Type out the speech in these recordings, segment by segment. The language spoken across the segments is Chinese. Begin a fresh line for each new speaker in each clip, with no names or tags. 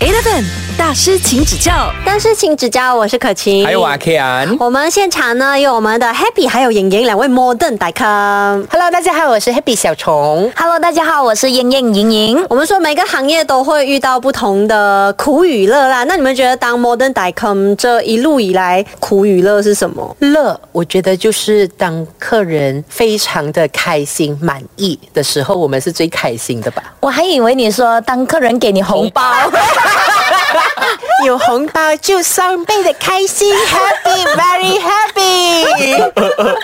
Eleven 大师，请指教。
但是请指教，我是可晴。
还
哎
有啊阿 K 安，
我们现场呢有我们的 Happy 还有莹莹两位 Modern 大咖。
Hello，大家好，我是 Happy 小虫。
Hello，大家好，我是燕燕莹莹。
我们说每个行业都会遇到不同的苦与乐啦。那你们觉得当 Modern d i c o m 这一路以来苦与乐是什么？
乐，我觉得就是当客人非常的开心、满意的时候，我们是最开心的吧？
我还以为你说当客人给你红包，
有红包就双倍的开心，Happy，very happy。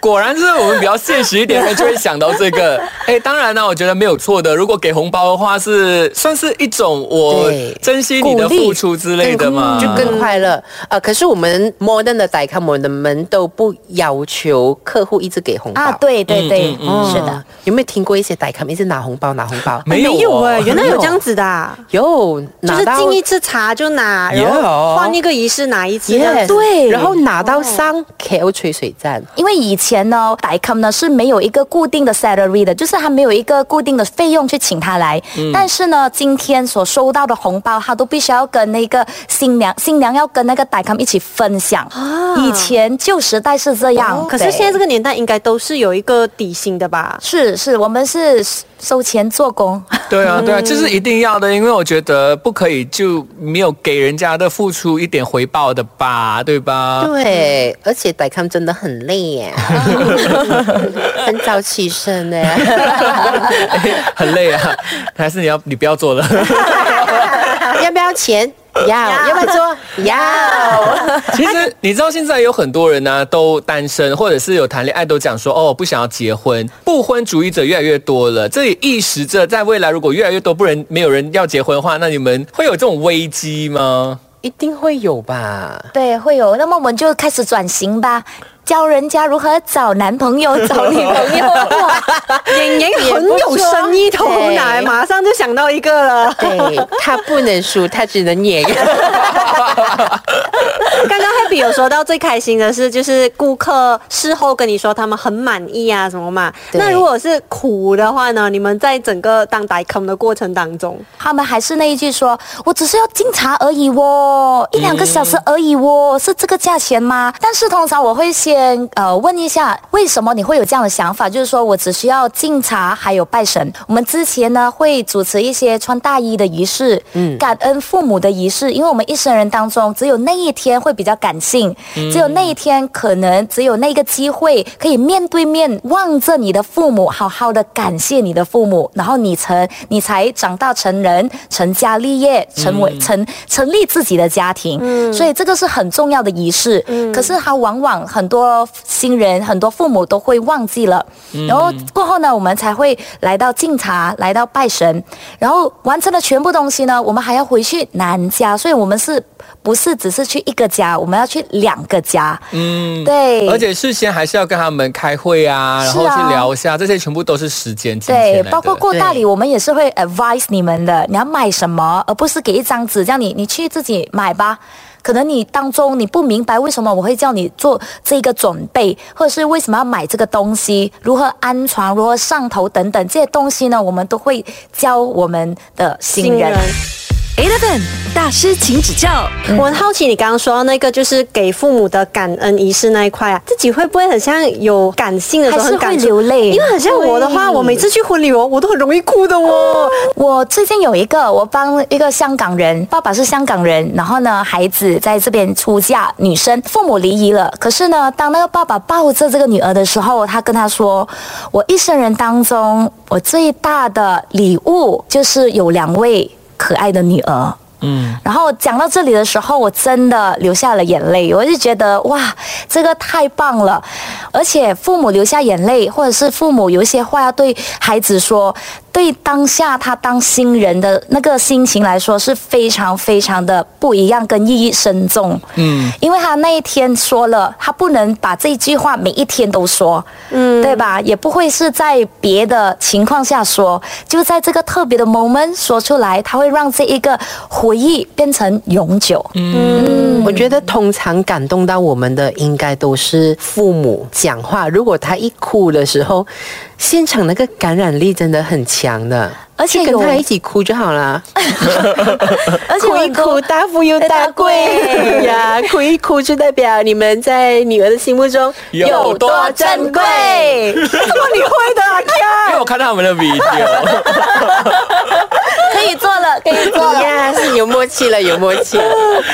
果然是我们比较现实一点，就会想到这 个。哎，当然呢，我觉得没有错的。如果给红包的话是，算是一种我
对
珍惜你的
鼓励
付出之类的嘛。
就更快乐。呃，可是我们 modern 的 d i c o m 我们都不要求客户一直给红包
啊，对对对，是的。
嗯有没有听过一些 d i c o m 一直拿红包拿红包？
没有
哎、
哦
原来有这样子的、啊。
有
就
拿
是
到
敬一次茶就拿，然后
Yeah
换一个仪式拿一次
Yes，
对
然后拿到上 KO 吹水站。
因为以前呢，Dicom 呢是没有一个固定的 salary 的，就是他没有一个固定的费用去请他来。但是呢，今天所收到的红包，他都必须要跟那个新娘，新娘要跟那个 Dicom 一起分享。以前旧时代是这样，
哦可是
对
现在这个年代应该都是有一个底薪的吧？
是是，我们是收钱做工。
对啊，对
嗯
啊，这是一定要的，因为我觉得不可以就没有给人家的付出一点回报的吧，对吧？
对，而且 d i c o m 真的很累耶，很早起身呢。
很累啊，还是你要你不要做了。
要不要钱？要，要不要做？要。
其实你知道，现在有很多人呢、都单身，或者是有谈恋爱，都讲说哦，不想要结婚，不婚主义者越来越多了。这也意识着，在未来如果越来越多不人没有人要结婚的话，那你们会有这种危机吗？
一定会有吧？
对，会有。那么我们就开始转型吧，教人家如何找男朋友、找女朋友。哇
演员很有生意头脑，
对
马上就想到一个了。
对他不能输，他只能演。
刚刚 Happy 有说到最开心的是，就是顾客事后跟你说他们很满意啊什么嘛。
对
那如果是苦的话呢？你们在整个当 d i c o m 的过程当中，
他们还是那一句说，我只是要敬茶而已哦，一两个小时而已哦，是这个价钱吗？但是通常我会先呃问一下，为什么你会有这样的想法？就是说我只需要敬茶，还有拜神。我们之前呢会主持一些穿大衣的仪式，嗯，感恩父母的仪式，因为我们一生人当中只有那一天会比较感性，只有那一天可能只有那个机会可以面对面望着你的父母，好好的感谢你的父母，然后你成你才长大成人，成家立业，成为、成成立自己的家庭，所以这个是很重要的仪式。可是他往往很多新人、很多父母都会忘记了，然后过后呢，我们才会来到敬茶，来到拜神，然后完成了全部东西呢，我们还要回去南家，所以我们是。不是只是去一个家，我们要去两个家。嗯，对，
而且事先还是要跟他们开会啊，然后
是啊
去聊一下，这些全部都是时间金钱
对
来，的
包括过大礼，
对
我们也是会 advise 你们的，你要买什么，而不是给一张纸叫你你去自己买吧。可能你当中你不明白为什么我会叫你做这个准备，或者是为什么要买这个东西，如何安床，如何上头等等这些东西呢，我们都会教我们的新人。
Eleven 大师，请指教。
嗯
我很好奇你刚刚说到那个，就是给父母的感恩仪式那一块啊，自己会不会很像有感性的时候
还是
很感
会
触
流泪
因为很像我的话，
对
我每次去婚礼哦，我都很容易哭的哦。
我最近有一个，我帮一个香港人，爸爸是香港人，然后呢，孩子在这边出嫁，女生父母离异了。可是呢，当那个爸爸抱着这个女儿的时候，他跟她说：“我一生人当中，我最大的礼物就是有两位可爱的女儿。”
嗯，
然后讲到这里的时候，我真的流下了眼泪。我就觉得哇，这个太棒了！而且父母流下眼泪，或者是父母有一些话要对孩子说，对当下他当新人的那个心情来说是非常非常的不一样，跟意义深重。嗯，因为他那一天说了，他不能把这句话每一天都说，嗯，对吧？也不会是在别的情况下说，就在这个特别的 moment 说出来，他会让这一个回忆变成永久。
我觉得通常感动到我们的，应该都是父母讲话。如果他一哭的时候，现场那个感染力真的很强的，
而且
就
有
跟他一起哭就好了，
而且
哭
有
一
很多
哭， 大富又大贵呀，哭一哭就代表你们在女儿的心目中
有多珍贵
这么你会的啊，
因为
看
我看到他们 的 video，
可以做了，可以 做了。
呀，是有默契了，有默契了。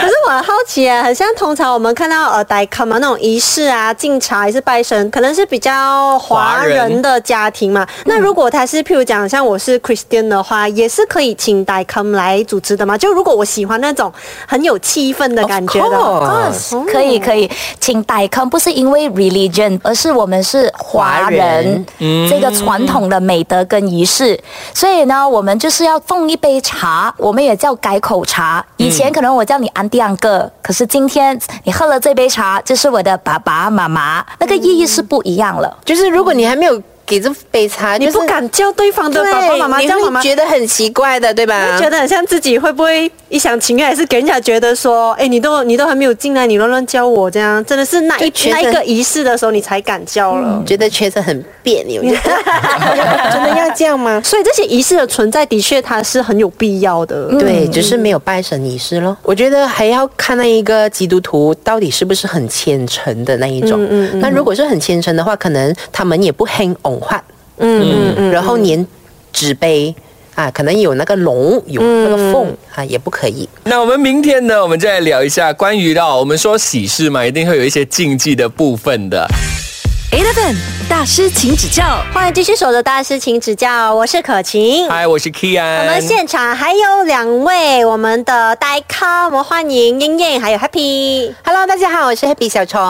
可是我很好奇啊，很像通常我们看到呃，戴卡嘛那种仪式啊，敬茶还是拜神，可能是比较华人的家庭嘛。那如果他是譬如讲像我是 Christian 的话，也是可以请戴卡来主持的嘛。就如果我喜欢那种很有气氛的感觉的
Of
话，
course
哦
可以可以，请代坑不是因为 religion，而是我们是华人嗯这个传统的美德跟仪式，所以呢，我们就是要奉一杯茶，我们也叫改口茶。以前可能我叫你安迪安哥，可是今天你喝了这杯茶，就是我的爸爸妈妈，那个意义是不一样了。
就是如果你还没有给这杯茶，
你
就是
不敢叫对方的
对
爸爸妈妈
你
叫
会
妈妈。
觉得很奇怪的，对吧？
觉得很像自己会不会一厢情愿，还是给人家觉得说，哎，你都你都还没有进来，你乱乱教我这样，真的是那一
就觉
那
得
一个仪式的时候，你才敢教了。
觉得全身很别 扭，就真的要这样吗？
所以这些仪式的存在，的确它是很有必要的。
对，只是没有拜神仪式嗯咯。我觉得还要看那一个基督徒到底是不是很虔诚的那一种。那如果是很虔诚的话，可能他们也不 hang on 换，嗯嗯嗯，然后粘纸杯啊，可能有那个龙，有那个凤、啊，也不可以。
那我们明天呢，我们再来聊一下关于到我们说喜事嘛，一定会有一些禁忌的部分的。
嗯
Eleven 大师请指教，欢迎继续守着大师请指教，我是可晴。
嗨，我是 Kian，
我们现场还有两位我们的代咖，我们欢迎英英还有 Happy。
Hello，大家好，我是 Happy 小虫。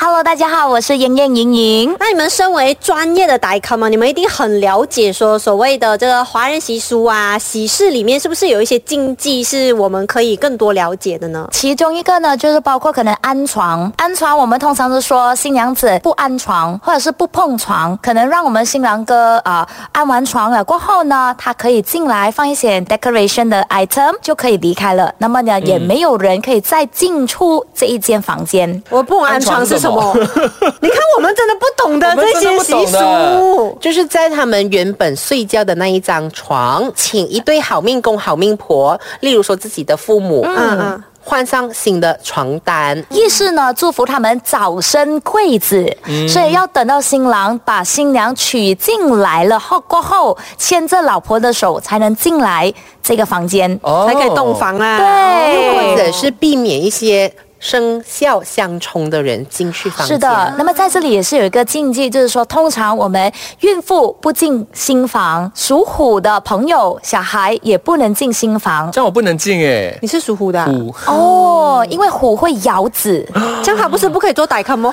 Hello，大家好，我是妍妍莹莹。
那你们身为专业的代咖嘛，你们一定很了解说所谓的这个华人习俗啊、喜事里面是不是有一些禁忌是我们可以更多了解的呢？
其中一个呢，就是包括可能安床，安床我们通常是说新娘子不安床，或者是不碰床，可能让我们新郎哥啊、呃安完床了过后呢，他可以进来放一些 decoration 的 item 就可以离开了。那么呢，也没有人可以再进出这一间房间。
我不安床是什么？ 你看我们真的不懂得
我们
这
真的
些
不懂
习
的
俗。
就是在他们原本睡觉的那一张床，请一对好命公、好命婆，例如说自己的父母，
嗯
嗯，换上新的床单。
意是呢，祝福他们早生贵子，所以要等到新郎把新娘娶进来了后，过后牵着老婆的手才能进来这个房间。
哦
才可以洞房啊啦。
对
或
哦
者是避免一些生肖相冲的人进去房间。
是的，那么在这里也是有一个禁忌，就是说，通常我们孕妇不进新房，属虎的朋友、小孩也不能进新房
这样我不能进哎、
你是属虎的啊、
五
哦，因为虎会咬子。
这样他不是不可以做歹看吗？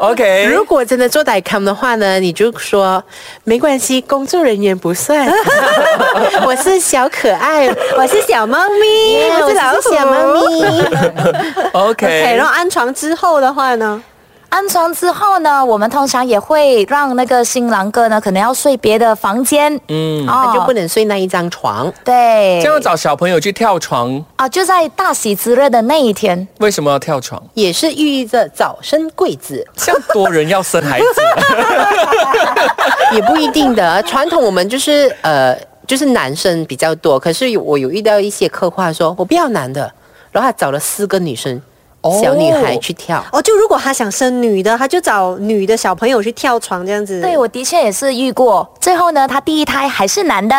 OK，
如果真的做 d i c o m 的话呢，你就说没关系，工作人员不 算， 我是小可爱，我
我是小猫咪
我
哎我是老
是
虎。
小猫 咪。
OK，然
OK，
后安床之后的话呢，
安床之后呢，我们通常也会让那个新郎哥呢，可能要睡别的房间，嗯，哦
他就不能睡那一张床。
对
这，样找小朋友去跳床，
啊，就在大喜之日的那一天。
为什么要跳床？
也是寓意着早生贵 子，
这样多人要生孩子，
也不一定的。传统我们就是呃，就是男生比较多，可是有我有遇到一些刻画说，我不要男的，然后他找了四个女生，
哦
小女孩去跳。
哦，就如果他想生女的，他就找女的小朋友去跳床这样子。
对，我的确也是遇过，最后呢，他第一胎还是男的，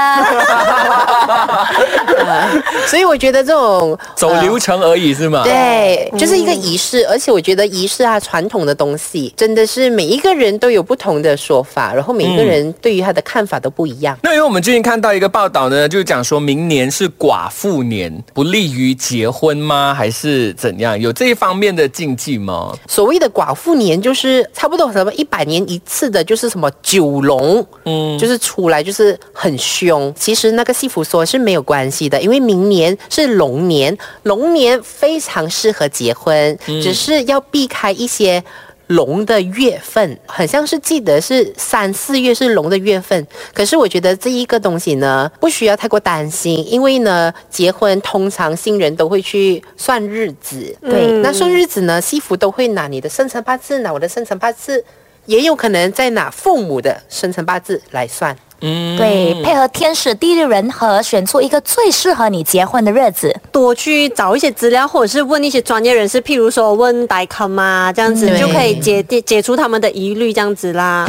所以我觉得这种 呃
走流程而已是吗？
对，就是一个仪式，而且我觉得仪式啊，传统的东西真的是每一个人都有不同的说法，然后每一个
嗯
人对于他的看法都不一样。
那因为我们最近看到一个报道呢，就是讲说明年是寡妇年，不利于结婚吗？还是怎样？有这一方面的禁忌吗？
所谓的寡妇年，就是差不多什么一百年一次的，就是什么九龙，嗯，就是出来就是很凶。其实那个戏服说是没有关系的，因为明年是龙年，龙年非常适合结婚，
嗯
只是要避开一些。龙的月份很像是记得是三四月是龙的月份，可是我觉得这一个东西呢，不需要太过担心，因为呢，结婚通常新人都会去算日子，嗯
对
那算日子呢，西服都会拿你的生辰八字，拿我的生辰八字。也有可能再拿父母的生辰八字来算。
嗯，
对，配合天使地利人和，选出一个最适合你结婚的日子。
多去找一些资料，或者是问一些专业人士，譬如说问 d i c o m 啊，这样子
嗯
就可以解解除他们的疑虑，这样子啦。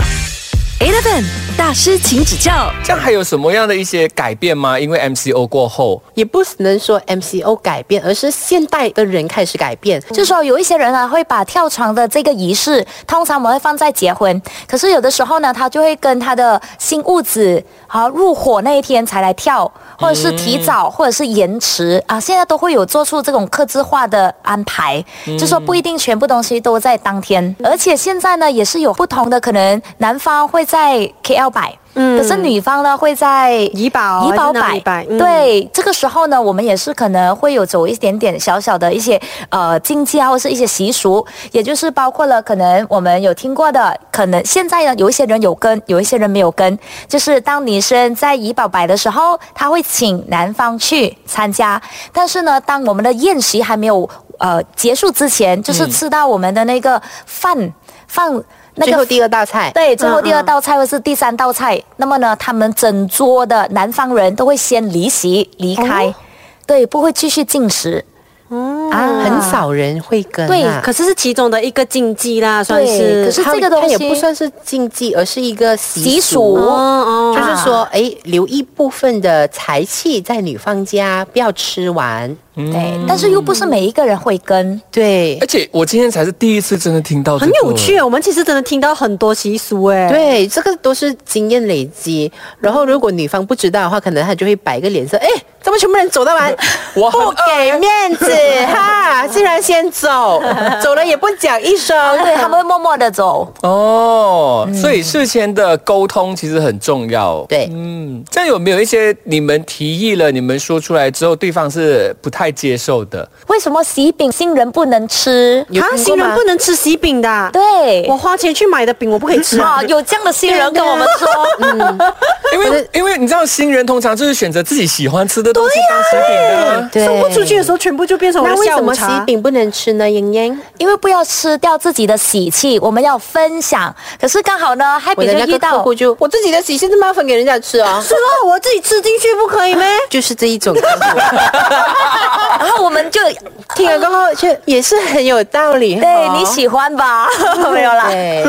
Eleven 大师，请指教。
这样还有什么样的一些改变吗？因为 MCO 过后，
也不能说 MCO 改变，而是现代的人开始改变。
就是说有一些人啊会把跳床的这个仪式，通常我们会放在结婚，可是有的时候呢，他就会跟他的新屋子好、入伙那一天才来跳，或者是提
嗯
早，或者是延迟啊，现在都会有做出这种克制化的安排，
嗯
就说不一定全部东西都在当天，而且现在呢也是有不同的可能，男方会在 KL 摆。嗯，可是女方呢会在
怡保
怡保
还是哪
摆
里摆嗯
对，对，这个时候呢，我们也是可能会有走一点点小小的一些呃禁忌啊，或是一些习俗，也就是包括了可能我们有听过的，可能现在呢有一些人有跟，有一些人没有跟，就是当女生在怡保摆的时候，她会请男方去参加，但是呢，当我们的宴席还没有呃结束之前，
嗯
就是吃到我们的那个饭、饭那
最
个
后第二道菜，
对，最后第
嗯
二道菜或是第三道菜，那么呢，他们整桌的南方人都会先离席离开，
哦
对，不会继续进食。哦、啊
很。少人会跟、啊。
对
可是是其中的一个禁忌啦，算是。
可是
它
这个东
它也
西
不算是禁忌，而是一个习俗。
习俗
哦哦，
就是说，哎，留一部分的财气在女方家，不要吃完。
对，
嗯
但是又不是每一个人会跟。
对
而，且我今天才是第一次真的听到、这
很
个
有趣，我们其实真的听到很多习俗哎。。
对，这个都是经验累积。然后，如果女方不知道的话，可能她就会摆个脸色，哎，怎么全部人走到完？
我很
不给面子哈，竟然先走，走了也不讲一声。
啊对，他们会默默的走。
哦，所以事前的沟通其实很重要。
对
嗯，这样有没有一些你们提议了，你们说出来之后，对方是不太接受的？
为什么喜饼新人不能吃？
有
啊，
听过
新人
吗
不能吃喜饼的啊。
对
我，花钱去买的饼，我不可以吃啊
啊，。有这样的新人跟我们说，嗯
因为因为你知道新人通常就是选择自己喜欢吃的东西当食品的啊、
对
送不出去的时候，全部就变成我
那
的
为
下
什
午
么喜
茶。
饼不能吃呢？莹莹，
因为不要吃掉自己的喜气，我们要分享。可是刚好呢，还
我
比
的
就
那
遇
个客
到
户就我自己的喜事怎么要分给人家吃哦？
是哦，我自己吃进去不可以吗？
就是这一种客户。
然后我们就
听了过后，就也是很有道理。
对
哦
你喜欢吧？ 没有啦。
对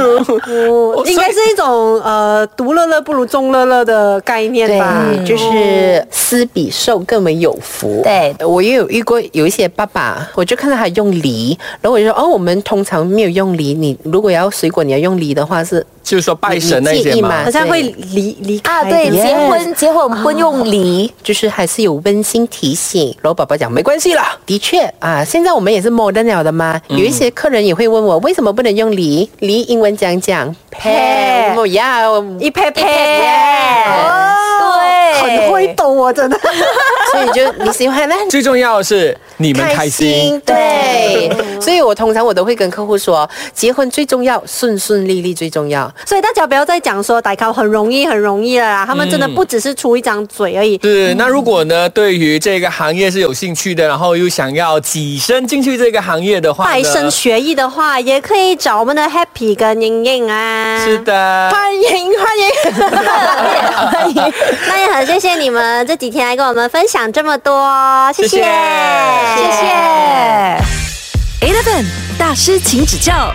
我应该是一种呃，独乐乐不如众乐乐的概念吧。
对，就是施比受更为有福。
对
我也有遇过有一些爸爸，我就看到他用梨，然后我就说哦，我们通常没有用梨，你如果要水果你要用梨的话是
就是说拜神那些
你介意
嘛
吗
好。像会离离
啊，
开的
对，
Yes 啊
结婚结婚不用离，
就是还是有温馨提醒。然后爸爸讲没关系啦，的确啊，现在我们也是 modern 了的嘛。有一些客人也会问我为什么不能用梨？梨英文讲讲 pear，我哦要
一拍拍，
对
很会懂我真的。
所以就你喜欢那
最重要的是你们开心。
对，所以我通常我都会跟客户说，结婚最重要，顺顺利利最重要。
所以大家不要再讲说打 call 很容易很容易了啦，他们真的不只是出一张嘴而已。
是，那如果呢，对于这个行业是有兴趣的，然后又想要跻身进去这个行业的话呢，
拜生学艺的话，也可以找我们的 Happy 跟莹莹啊。
是的，
欢迎欢迎，
那也很谢谢你们这几天来跟我们分享这么多，谢
谢谢
谢谢。
Eleven 大师，请指教。